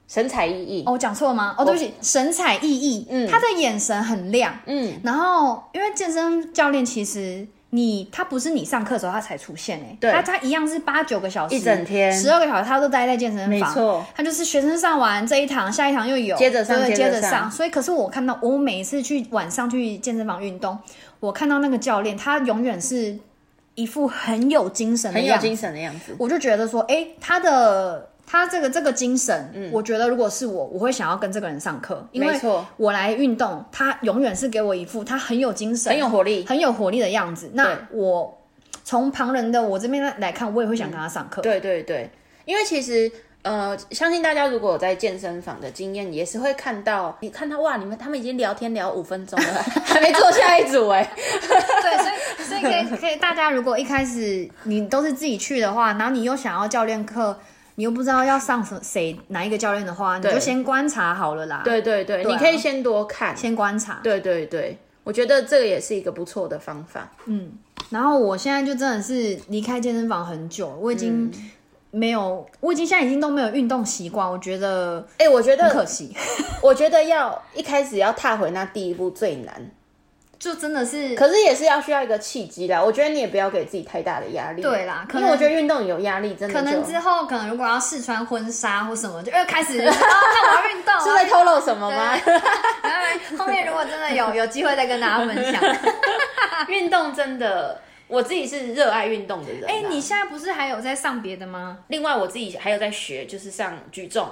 [SPEAKER 1] 神采奕奕。
[SPEAKER 2] 哦，我讲错了吗？哦，对不起，神采奕奕。
[SPEAKER 1] 嗯
[SPEAKER 2] 他的眼神很亮。
[SPEAKER 1] 嗯，
[SPEAKER 2] 然后，因为健身教练其实你他不是你上课的时候他才出现哎、
[SPEAKER 1] 对
[SPEAKER 2] 他他一样是八九个小时，
[SPEAKER 1] 一整天
[SPEAKER 2] 十二个小时他都待在健身房，
[SPEAKER 1] 没错，
[SPEAKER 2] 他就是学生上完这一堂，下一堂又有，
[SPEAKER 1] 接着上
[SPEAKER 2] 对
[SPEAKER 1] 接
[SPEAKER 2] 接
[SPEAKER 1] 着
[SPEAKER 2] 着
[SPEAKER 1] 上
[SPEAKER 2] 所以，可是我看到，我每一次去晚上去健身房运动，我看到那个教练，他永远是一副很有精神的
[SPEAKER 1] 很有
[SPEAKER 2] 样子，
[SPEAKER 1] 精神的样子。
[SPEAKER 2] 我就觉得说，哎、他的他这个这个精神，我觉得如果是我，我会想要跟这个人上课，因
[SPEAKER 1] 嗯
[SPEAKER 2] 为
[SPEAKER 1] 没错
[SPEAKER 2] 我来运动，他永远是给我一副他很有精神、
[SPEAKER 1] 很有活力
[SPEAKER 2] 很有活力的样子。
[SPEAKER 1] 对
[SPEAKER 2] 那我从旁人的我这边来看，我也会想跟他上课。
[SPEAKER 1] 对对对，因为其实呃，相信大家如果有在健身房的经验，也是会看到，你看到哇，你们他们已经聊天聊五分钟 了，还没做下一组哎、
[SPEAKER 2] 对，所以所以可以可以，大家如果一开始你都是自己去的话，然后你又想要教练课，你又不知道要上什谁哪一个教练的话，你就
[SPEAKER 1] 对
[SPEAKER 2] 先观察好了啦。，
[SPEAKER 1] 对对对，
[SPEAKER 2] 对啊
[SPEAKER 1] 你可以先多看。
[SPEAKER 2] 先观察。
[SPEAKER 1] 对对对，我觉得这个也是一个不错的方法。
[SPEAKER 2] 然后我现在就真的是离开健身房很久，我已经
[SPEAKER 1] 嗯
[SPEAKER 2] 没有，我已经现在已经都没有运动习惯，我觉得
[SPEAKER 1] 哎、我觉
[SPEAKER 2] 很
[SPEAKER 1] 得
[SPEAKER 2] 可惜，
[SPEAKER 1] 我觉得要一开始要踏回那第一步最难，
[SPEAKER 2] 就真的是
[SPEAKER 1] 可是也是要需要一个契机啦。我觉得你也不要给自己太大的压力。
[SPEAKER 2] 对啦可
[SPEAKER 1] 因为我
[SPEAKER 2] 能
[SPEAKER 1] 觉得运动有压力，真的
[SPEAKER 2] 可能
[SPEAKER 1] 就
[SPEAKER 2] 之后可能如果要试穿婚纱或什么，就又开始啊，那我要运动 啊，
[SPEAKER 1] 是在透露什么吗？
[SPEAKER 2] 对后面如果真的有有机会再跟大家分享。哎
[SPEAKER 1] 运动真的，我自己是热爱运动的人啦。啊
[SPEAKER 2] 哎、你现在不是还有在上别的吗？
[SPEAKER 1] 另外我自己还有在学，就是上举重。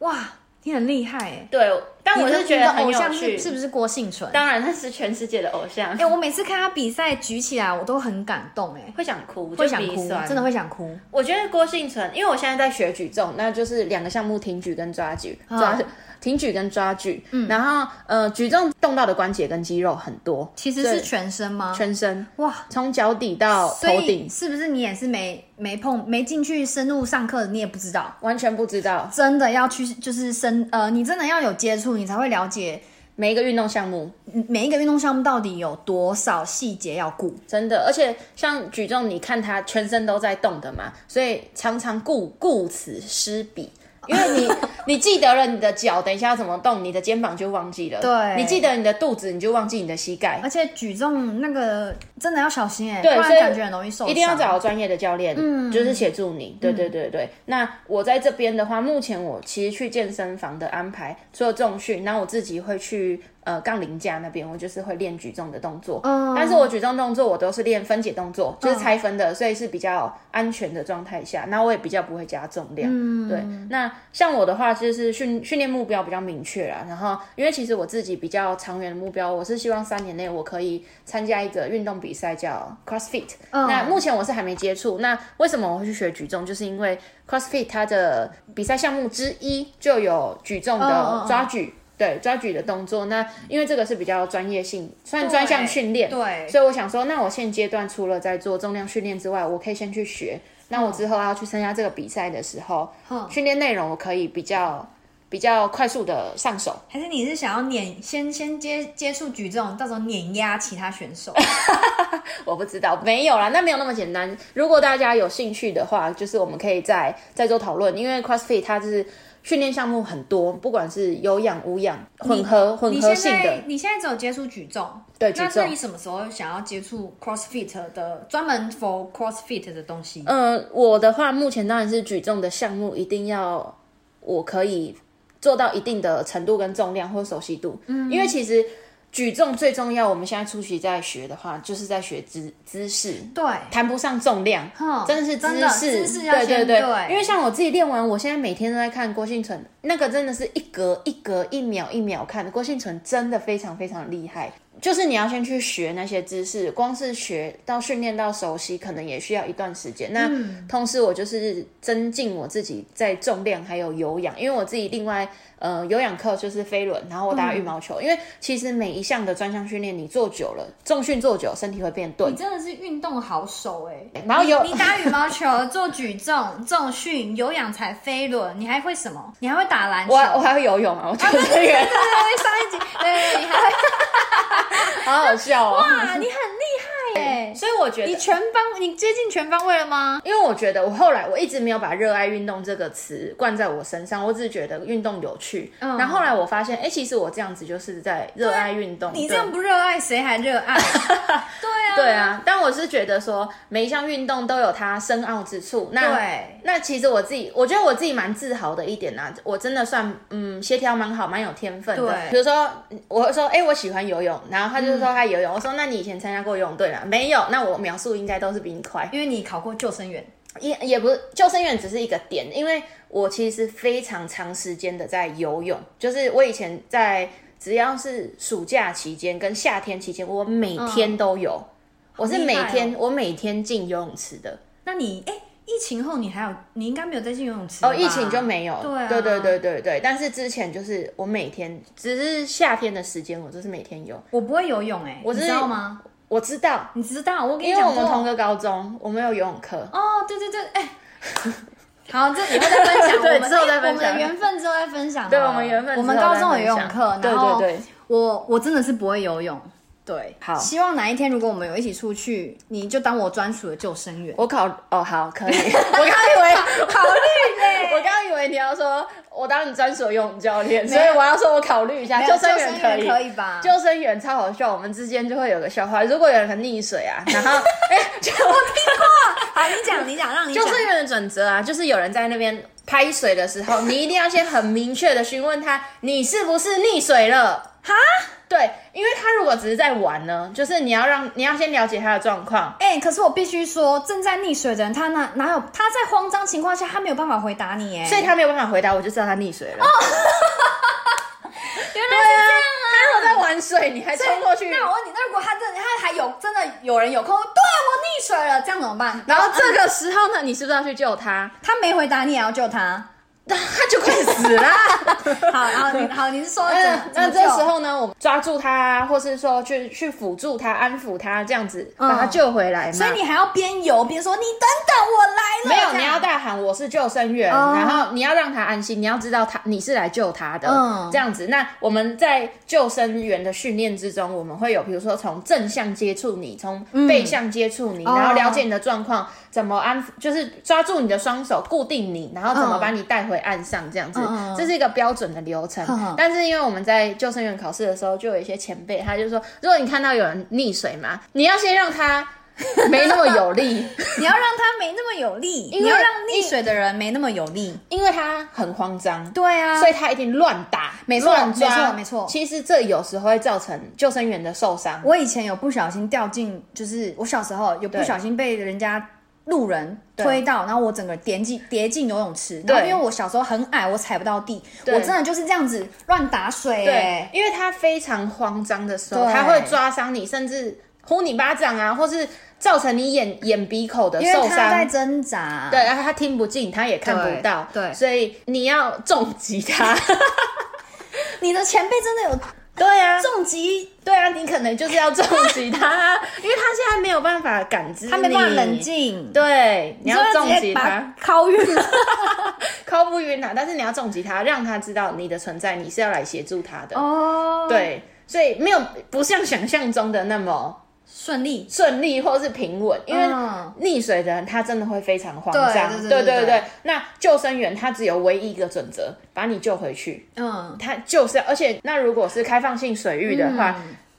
[SPEAKER 2] 哇，你很厉害哎、
[SPEAKER 1] 对，但我是觉哎得很
[SPEAKER 2] 偶
[SPEAKER 1] 有
[SPEAKER 2] 像
[SPEAKER 1] 趣
[SPEAKER 2] 是是不是郭幸存？哎、
[SPEAKER 1] 当然那是全世界的偶像，
[SPEAKER 2] 我每次看他比赛举起来，我都很感动、哎，
[SPEAKER 1] 会想哭，
[SPEAKER 2] 会
[SPEAKER 1] 就
[SPEAKER 2] 想
[SPEAKER 1] 鼻
[SPEAKER 2] 哭，
[SPEAKER 1] 酸
[SPEAKER 2] 真的会想哭。
[SPEAKER 1] 我觉得郭幸存，因为我现在在学举重，那就是两个项目挺举跟抓举，抓、
[SPEAKER 2] 嗯
[SPEAKER 1] 挺举跟抓举，然后呃举重动到的关节跟肌肉很多，
[SPEAKER 2] 其实
[SPEAKER 1] 所以
[SPEAKER 2] 是全身吗？
[SPEAKER 1] 全身，
[SPEAKER 2] 哇，
[SPEAKER 1] 从脚底到
[SPEAKER 2] 所
[SPEAKER 1] 头
[SPEAKER 2] 以
[SPEAKER 1] 顶，
[SPEAKER 2] 是不是你也是没没碰没进去深入上课，你也不知道？
[SPEAKER 1] 完全不知道
[SPEAKER 2] 真的要去就是深呃，你真的要有接触，你才会了解
[SPEAKER 1] 每一个运动项目，
[SPEAKER 2] 每一个运动项目到底有多少细节要顾。
[SPEAKER 1] 真的，而且像举重，你看他全身都在动的嘛，所以常常顾顾此失彼。因为 你，你记得了你的脚，等一下要怎么动，你的肩膀就忘记了。
[SPEAKER 2] 对
[SPEAKER 1] 你记得你的肚子，你就忘记你的膝盖。
[SPEAKER 2] 而且举重那个真的要小心哎、
[SPEAKER 1] 对
[SPEAKER 2] 不然
[SPEAKER 1] 所以
[SPEAKER 2] 感觉很容易受伤。
[SPEAKER 1] 一定要找专业的教练，就是协助你。对对对对。那我在这边的话，目前我其实去健身房的安排，除了重训，那我自己会去呃杠铃架那边，我就是会练举重的动作。
[SPEAKER 2] 嗯
[SPEAKER 1] 但是我举重动作我都是练分解动作，就是拆分的，所以是比较安全的状态下，那我也比较不会加重量。对，那像我的话就是训训练目标比较明确啦，然后因为其实我自己比较长远的目标，我是希望三年内我可以参加一个运动比赛叫 CrossFit，、那
[SPEAKER 2] 嗯
[SPEAKER 1] 目前我是还没接触。那为什么我会去学举重？就是因为 CrossFit 它的比赛项目之一就有举重
[SPEAKER 2] 嗯嗯
[SPEAKER 1] 的
[SPEAKER 2] 嗯
[SPEAKER 1] 抓举。对抓举的动作，那因为这个是比较专业性，算专项训练，
[SPEAKER 2] 对
[SPEAKER 1] 所以我想说，那我现阶段除了在做重量训练之外，我可以先去学。那我之后要去参加这个比赛的时候，训练内容我可以比较比较快速的上手。
[SPEAKER 2] 还是你是想要碾先先接接触举重，到时候碾压其他选 手？
[SPEAKER 1] 我不知道，没有啦，那没有那么简单。如果大家有兴趣的话，就是我们可以再再做讨论，因为 CrossFit 它就是训练项目很多，不管是有氧、无氧、混合混
[SPEAKER 2] 你
[SPEAKER 1] 合
[SPEAKER 2] 现
[SPEAKER 1] 性的
[SPEAKER 2] 在，你现在只有接触举重，
[SPEAKER 1] 对
[SPEAKER 2] 那
[SPEAKER 1] 举重
[SPEAKER 2] 那你什么时候想要接触 CrossFit 的专门 for CrossFit 的东西？
[SPEAKER 1] 呃，我的话，目前当然是举重的项目一定要我可以做到一定的程度跟重量或熟悉度，嗯，因为其实举重最重要，我们现在初期在学的话，就是在学姿姿势。
[SPEAKER 2] 对，
[SPEAKER 1] 谈不上重量，
[SPEAKER 2] 哼
[SPEAKER 1] 真的是
[SPEAKER 2] 真
[SPEAKER 1] 姿
[SPEAKER 2] 的
[SPEAKER 1] 势，
[SPEAKER 2] 姿势要
[SPEAKER 1] 对对
[SPEAKER 2] 先
[SPEAKER 1] 对
[SPEAKER 2] 对
[SPEAKER 1] 因为像我自己练完，我现在每天都在看郭幸存，那个真的是一格一格、一秒一秒看。郭幸存真的非常非常厉害，就是你要先去学那些姿势，光是学到训练到熟悉，可能也需要一段时间。那、
[SPEAKER 2] 嗯
[SPEAKER 1] 同时，我就是增进我自己在重量还有有氧，因为我自己另外呃有氧课就是飞轮，然后我
[SPEAKER 2] 嗯
[SPEAKER 1] 打羽毛球，因为其实每一项的专项训练你做久了，重训做久，身体会变钝
[SPEAKER 2] 你。真的是运动好手哎、
[SPEAKER 1] 然后有
[SPEAKER 2] 你打羽毛球、做举重、重训、有氧才飞轮，你还会什么？你还会打篮球？
[SPEAKER 1] 我还我还会游泳啊，我觉得这个人
[SPEAKER 2] 对 对对，上一集，对对对，你还会
[SPEAKER 1] 好好笑哦。
[SPEAKER 2] 打，你很厉害耶！
[SPEAKER 1] 所以我觉
[SPEAKER 2] 你
[SPEAKER 1] 得，
[SPEAKER 2] 全方，你接近全方位了吗？
[SPEAKER 1] 因为我觉得我后来我一直没有把“热爱运动”这个词灌在我身上，我只是觉得运动有趣。
[SPEAKER 2] 嗯
[SPEAKER 1] 然后后来我发现，哎、其实我这样子就是在热爱运动。
[SPEAKER 2] 你
[SPEAKER 1] 对
[SPEAKER 2] 这样不热爱，谁还热 爱？对啊，
[SPEAKER 1] 对啊，但我是觉得说每一项运动都有它深奥之处。那
[SPEAKER 2] 对
[SPEAKER 1] 那其实我自己，我觉得我自己蛮自豪的一点啊，我真的算嗯协调蛮好，蛮有天分的。
[SPEAKER 2] 对嗯
[SPEAKER 1] 比如说我会说哎、我喜欢游泳，然后他就说他游泳，我说那你以前参加过游泳队吗？没有，那我描述应该都是比你快。
[SPEAKER 2] 因为你考过救生员，
[SPEAKER 1] 也也不是救生员只是一个点，因为我其实非常长时间的在游泳，就是我以前在只要是暑假期间跟夏天期间，我每
[SPEAKER 2] 嗯
[SPEAKER 1] 天都有，我是
[SPEAKER 2] 哦
[SPEAKER 1] 每天、我每天进游泳池的，
[SPEAKER 2] 那你哎，疫情后你还有，你应该没有再进游泳池
[SPEAKER 1] 哦，
[SPEAKER 2] 了吧
[SPEAKER 1] 疫情就没有，
[SPEAKER 2] 对啊
[SPEAKER 1] 对对对对对，但是之前就是我每天只是夏天的时间，我就是每天游，
[SPEAKER 2] 我不会游泳哎、
[SPEAKER 1] 我
[SPEAKER 2] 你
[SPEAKER 1] 是
[SPEAKER 2] 知道吗？
[SPEAKER 1] 我知道，
[SPEAKER 2] 你知道，我跟你
[SPEAKER 1] 因为
[SPEAKER 2] 讲
[SPEAKER 1] 我
[SPEAKER 2] 过，
[SPEAKER 1] 们同个高中，我们有游泳课，
[SPEAKER 2] 哦，对对对，哎、好，这以后再分 享，
[SPEAKER 1] 对
[SPEAKER 2] 我们
[SPEAKER 1] 之后再
[SPEAKER 2] 哎
[SPEAKER 1] 分
[SPEAKER 2] 我们
[SPEAKER 1] 享
[SPEAKER 2] 的缘分之后再分享好了。
[SPEAKER 1] 对我们缘分之后再分享
[SPEAKER 2] 我们高中有游泳课，
[SPEAKER 1] 对
[SPEAKER 2] 然后
[SPEAKER 1] 对对
[SPEAKER 2] 我我真的是不会游泳，对，
[SPEAKER 1] 好
[SPEAKER 2] 希望哪一天如果我们有一起出去，你就当我专属的救 生员。
[SPEAKER 1] 我考哦好可以， 我刚以 为。
[SPEAKER 2] 考虑嘞，
[SPEAKER 1] 我刚刚以为你要说我当你专属游泳教练，所以我要说我考虑一下
[SPEAKER 2] 没有
[SPEAKER 1] 救生员可
[SPEAKER 2] 救
[SPEAKER 1] 以。
[SPEAKER 2] 可以吧？
[SPEAKER 1] 救生员超好笑，我们之间就会有个笑话。如果有人很溺水 啊，然后哎、就
[SPEAKER 2] 好，你讲，你讲，让 你
[SPEAKER 1] 救
[SPEAKER 2] 讲。
[SPEAKER 1] 生员的准则啊，就是有人在那边拍水的时 候，你一定要先很明确的询问他，你是不是溺水了？
[SPEAKER 2] 哈，
[SPEAKER 1] 对，因为他如果只是在玩呢，就是你要让你要先了解他的状况。
[SPEAKER 2] 哎、可是我必须说，正在溺水的人，他哪哪有他在慌张情况下，他没有办法回答你哎，哦
[SPEAKER 1] 所以他没有办法回答，我就知道他溺水了。
[SPEAKER 2] 因为
[SPEAKER 1] 啊水，你还冲过去，
[SPEAKER 2] 那我问你，那如果他真的他还有真的有人有空，对啊我溺水了，这样怎么办？
[SPEAKER 1] 然后这个时候呢，你是不是要去救他？
[SPEAKER 2] 他没回答，你也要救 他。
[SPEAKER 1] 他就快死 了。
[SPEAKER 2] 好，然后你好，你是 说怎
[SPEAKER 1] 那
[SPEAKER 2] 么
[SPEAKER 1] 嗯那
[SPEAKER 2] 怎么
[SPEAKER 1] 这
[SPEAKER 2] 救
[SPEAKER 1] 时候呢，我们抓住他，或是说去去辅助他、安抚他，这样子把他救回来嘛。
[SPEAKER 2] 所以你还要边游边说：“你等等，我来
[SPEAKER 1] 没有，
[SPEAKER 2] 了。”这样
[SPEAKER 1] 你要大喊我是救生员，
[SPEAKER 2] 哦
[SPEAKER 1] 然后你要让他安心，你要知道他你是来救他的，
[SPEAKER 2] 嗯
[SPEAKER 1] 这样子。那我们在救生员的训练之中，我们会有比如说从正向接触你，从背向接触你，
[SPEAKER 2] 哦
[SPEAKER 1] 然后了解你的状况，怎么安抚，就是抓住你的双手固定你，然后怎么
[SPEAKER 2] 嗯
[SPEAKER 1] 把你带回岸上，这样子，
[SPEAKER 2] 嗯嗯嗯
[SPEAKER 1] 这是一个标准的流程。
[SPEAKER 2] 嗯嗯
[SPEAKER 1] 但是因为我们在救生员考试的时候，就有一些前辈他就说，如果你看到有人溺水嘛，你要先让他没那么有 力。
[SPEAKER 2] 你要让他没那么有力，
[SPEAKER 1] 为
[SPEAKER 2] 你要让溺水的人没那么有力。
[SPEAKER 1] 因为他很慌张，
[SPEAKER 2] 对啊，
[SPEAKER 1] 所以他一定乱打，
[SPEAKER 2] 没错
[SPEAKER 1] 乱抓，
[SPEAKER 2] 没错没错
[SPEAKER 1] 其实这有时候会造成救生员的受伤，
[SPEAKER 2] 我以前有不小心掉进，就是我小时候有不小心被人家路人推到，然后我整个跌进跌进游泳池。然后
[SPEAKER 1] 对
[SPEAKER 2] 因为我小时候很矮，我踩不到地，
[SPEAKER 1] 对
[SPEAKER 2] 我真的就是这样子乱打水、
[SPEAKER 1] 对
[SPEAKER 2] 欸。，
[SPEAKER 1] 因为他非常慌张的时候，
[SPEAKER 2] 对
[SPEAKER 1] 他会抓伤你，甚至呼你巴掌啊，或是造成你眼眼鼻口的
[SPEAKER 2] 因为
[SPEAKER 1] 受
[SPEAKER 2] 他在
[SPEAKER 1] 伤。
[SPEAKER 2] 挣扎。
[SPEAKER 1] 对，，然后他听不进，他也看不到，
[SPEAKER 2] 对对
[SPEAKER 1] 所以你要重击 他。
[SPEAKER 2] 你的前辈真的有
[SPEAKER 1] 对啊，
[SPEAKER 2] 重击，
[SPEAKER 1] 对啊，你可能 就是要重击 他，因为他现在没有办法感知，
[SPEAKER 2] 他没办法冷，静。
[SPEAKER 1] 对，你
[SPEAKER 2] 你
[SPEAKER 1] 要
[SPEAKER 2] 说
[SPEAKER 1] 重
[SPEAKER 2] 直
[SPEAKER 1] 击
[SPEAKER 2] 接
[SPEAKER 1] 他
[SPEAKER 2] 把，敲晕。
[SPEAKER 1] 靠不晕他，但是你要重击他，让他知道你的存在，你是要来协助他的。
[SPEAKER 2] 哦，，
[SPEAKER 1] 对，所以没有不像想象中的那么
[SPEAKER 2] 顺利。
[SPEAKER 1] 顺利或是平稳，因为
[SPEAKER 2] 嗯
[SPEAKER 1] 溺水的人他真的会非常慌
[SPEAKER 2] 对
[SPEAKER 1] 张。
[SPEAKER 2] 对
[SPEAKER 1] 对
[SPEAKER 2] 对对
[SPEAKER 1] 对
[SPEAKER 2] 对
[SPEAKER 1] 那救生员他只有唯一一个准则，把你救回去。
[SPEAKER 2] 嗯，
[SPEAKER 1] 他就是，而且那如果是开放性水域的话，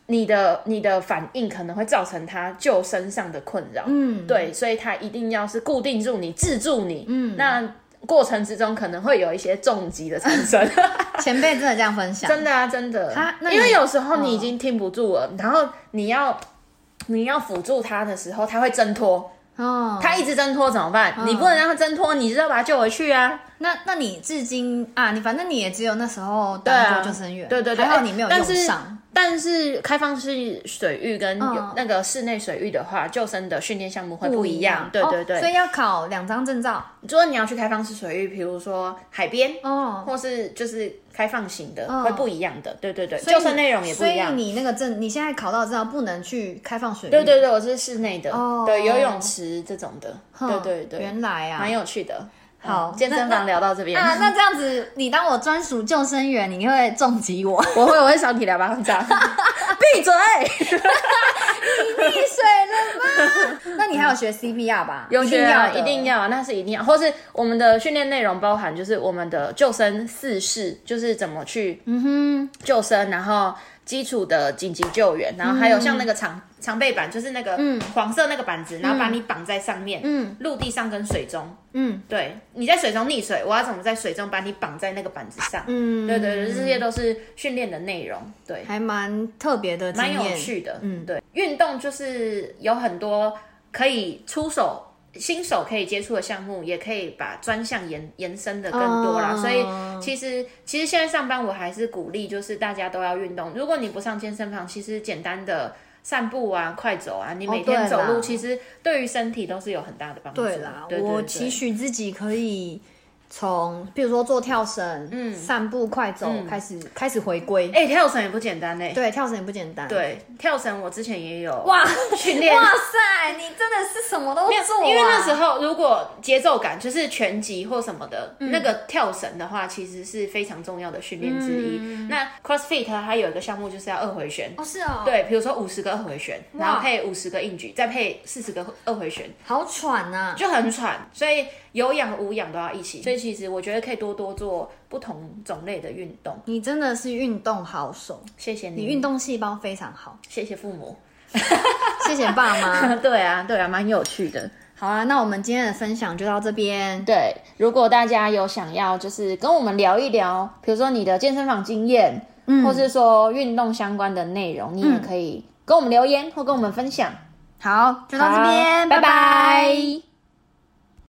[SPEAKER 1] 你的你的反应可能会造成他救生上的困扰。嗯，对，所以他一定要是固定住你、制住你。嗯，那过程之中可能会有一些重击的产生。
[SPEAKER 2] 前辈真的这样分享，
[SPEAKER 1] 真的啊，真的
[SPEAKER 2] 啊。那你
[SPEAKER 1] 因为有时候你已经听不住了，然后你要你要辅助他的时候，他会挣脱，
[SPEAKER 2] 哦，
[SPEAKER 1] 他一直挣脱怎么办？你不能让他挣脱，你就要把他救回去啊。
[SPEAKER 2] 那那你至今啊，你反正你也只有那时候
[SPEAKER 1] 对啊
[SPEAKER 2] 当做救生员，
[SPEAKER 1] 对对对
[SPEAKER 2] 还好你没有
[SPEAKER 1] 哎
[SPEAKER 2] 用
[SPEAKER 1] 但是
[SPEAKER 2] 上。
[SPEAKER 1] 但是开放式水域跟
[SPEAKER 2] 嗯
[SPEAKER 1] 有那个室内水域的话，救生的训练项目会不一样。对
[SPEAKER 2] 哦
[SPEAKER 1] 对
[SPEAKER 2] 所
[SPEAKER 1] 对，
[SPEAKER 2] 以要考两张证照
[SPEAKER 1] 如果你要去开放式水域，比如说海边，
[SPEAKER 2] 哦。
[SPEAKER 1] 或是就是开放型的，
[SPEAKER 2] 嗯
[SPEAKER 1] 会不一样的。对对对，
[SPEAKER 2] 所以
[SPEAKER 1] 救
[SPEAKER 2] 你
[SPEAKER 1] 生内容也不一样
[SPEAKER 2] 所以。你那个证，你现在考到的证照不能去开放水域，
[SPEAKER 1] 对对对，我是室内的，
[SPEAKER 2] 哦
[SPEAKER 1] 对游泳池这种的，对对对，
[SPEAKER 2] 原来啊，
[SPEAKER 1] 蛮有趣的。
[SPEAKER 2] 好
[SPEAKER 1] 嗯健身
[SPEAKER 2] 那
[SPEAKER 1] 房
[SPEAKER 2] 那
[SPEAKER 1] 聊到这边，
[SPEAKER 2] 啊，那这样子，你当我专属救生员，你会重 击我，
[SPEAKER 1] 我会我会赏你两巴 掌，闭嘴！
[SPEAKER 2] 溺水了吗？那你还有学 CPR 吧？
[SPEAKER 1] 有学啊，
[SPEAKER 2] 一
[SPEAKER 1] 一定
[SPEAKER 2] 定要
[SPEAKER 1] 要
[SPEAKER 2] 的
[SPEAKER 1] 啊，那是一定要。或是我们的训练内容包含就是我们的救生四式，就是怎么去
[SPEAKER 2] 嗯
[SPEAKER 1] 救生，然后基础的紧急救援，然后还有像那个
[SPEAKER 2] 嗯
[SPEAKER 1] 长、长背板，就是那个黄色那个板子，然后把你绑在上面，嗯，陆地上跟水中，
[SPEAKER 2] 嗯，
[SPEAKER 1] 对，你在水中溺水，我要怎么在水中把你绑在那个板子上？
[SPEAKER 2] 嗯
[SPEAKER 1] 对对对，这些都是训练的内容，对
[SPEAKER 2] 哼，，还蛮特别的经
[SPEAKER 1] 蛮
[SPEAKER 2] 验，
[SPEAKER 1] 有趣的，嗯，对，运动就是有很多可以出手。新手可以接触的项目，也可以把专项延延伸的更多啦。
[SPEAKER 2] 哦
[SPEAKER 1] 所以其实其实现在上班，我还是鼓励就是大家都要运动。如果你不上健身房，其实简单的散步啊、快走啊，你每天
[SPEAKER 2] 对
[SPEAKER 1] 走路，
[SPEAKER 2] 啦
[SPEAKER 1] 其实对于身体都是有很大的帮助。
[SPEAKER 2] 对啦，
[SPEAKER 1] 对
[SPEAKER 2] 我
[SPEAKER 1] 对
[SPEAKER 2] 期许自己可以从，比如说做跳绳、嗯，散步、快走、开始，开始回归。
[SPEAKER 1] 嗯哎、跳绳也不简单嘞、欸
[SPEAKER 2] 对，跳绳也不简单。，
[SPEAKER 1] 对，跳绳我之前也有
[SPEAKER 2] 哇，
[SPEAKER 1] 训练。
[SPEAKER 2] 哇塞，你真的是什么都做、啊，
[SPEAKER 1] 因为那时候如果节奏感就是拳击或什么的、
[SPEAKER 2] 嗯
[SPEAKER 1] 那个跳绳的话，其实是非常重要的训练之一。那 CrossFit 它有一个项目就是要二回旋，
[SPEAKER 2] 嗯哦是哦，，
[SPEAKER 1] 对，比如说五十个二回旋，
[SPEAKER 2] 哇
[SPEAKER 1] 然后配五十个硬举，再配四十个二回旋，
[SPEAKER 2] 好喘啊呐、
[SPEAKER 1] 就很喘。所以有氧无氧都要一起。
[SPEAKER 2] 嗯
[SPEAKER 1] 所以其实我觉得可以多多做不同种类的运动。
[SPEAKER 2] 你真的是运动好手，
[SPEAKER 1] 谢谢
[SPEAKER 2] 你
[SPEAKER 1] 你，
[SPEAKER 2] 运动细胞非常好，
[SPEAKER 1] 谢谢父 母。
[SPEAKER 2] 谢谢爸妈。
[SPEAKER 1] 对啊，对啊，蛮有趣的。
[SPEAKER 2] 好啦，那我们今天的分享就到这边。
[SPEAKER 1] 对，如果大家有想要就是跟我们聊一聊，比如说你的健身房经验，嗯，或是说运动相关的内容，你也可以跟我们留言或跟我们分享。
[SPEAKER 2] 好，就到这边，
[SPEAKER 1] 好拜
[SPEAKER 2] 拜
[SPEAKER 1] 拜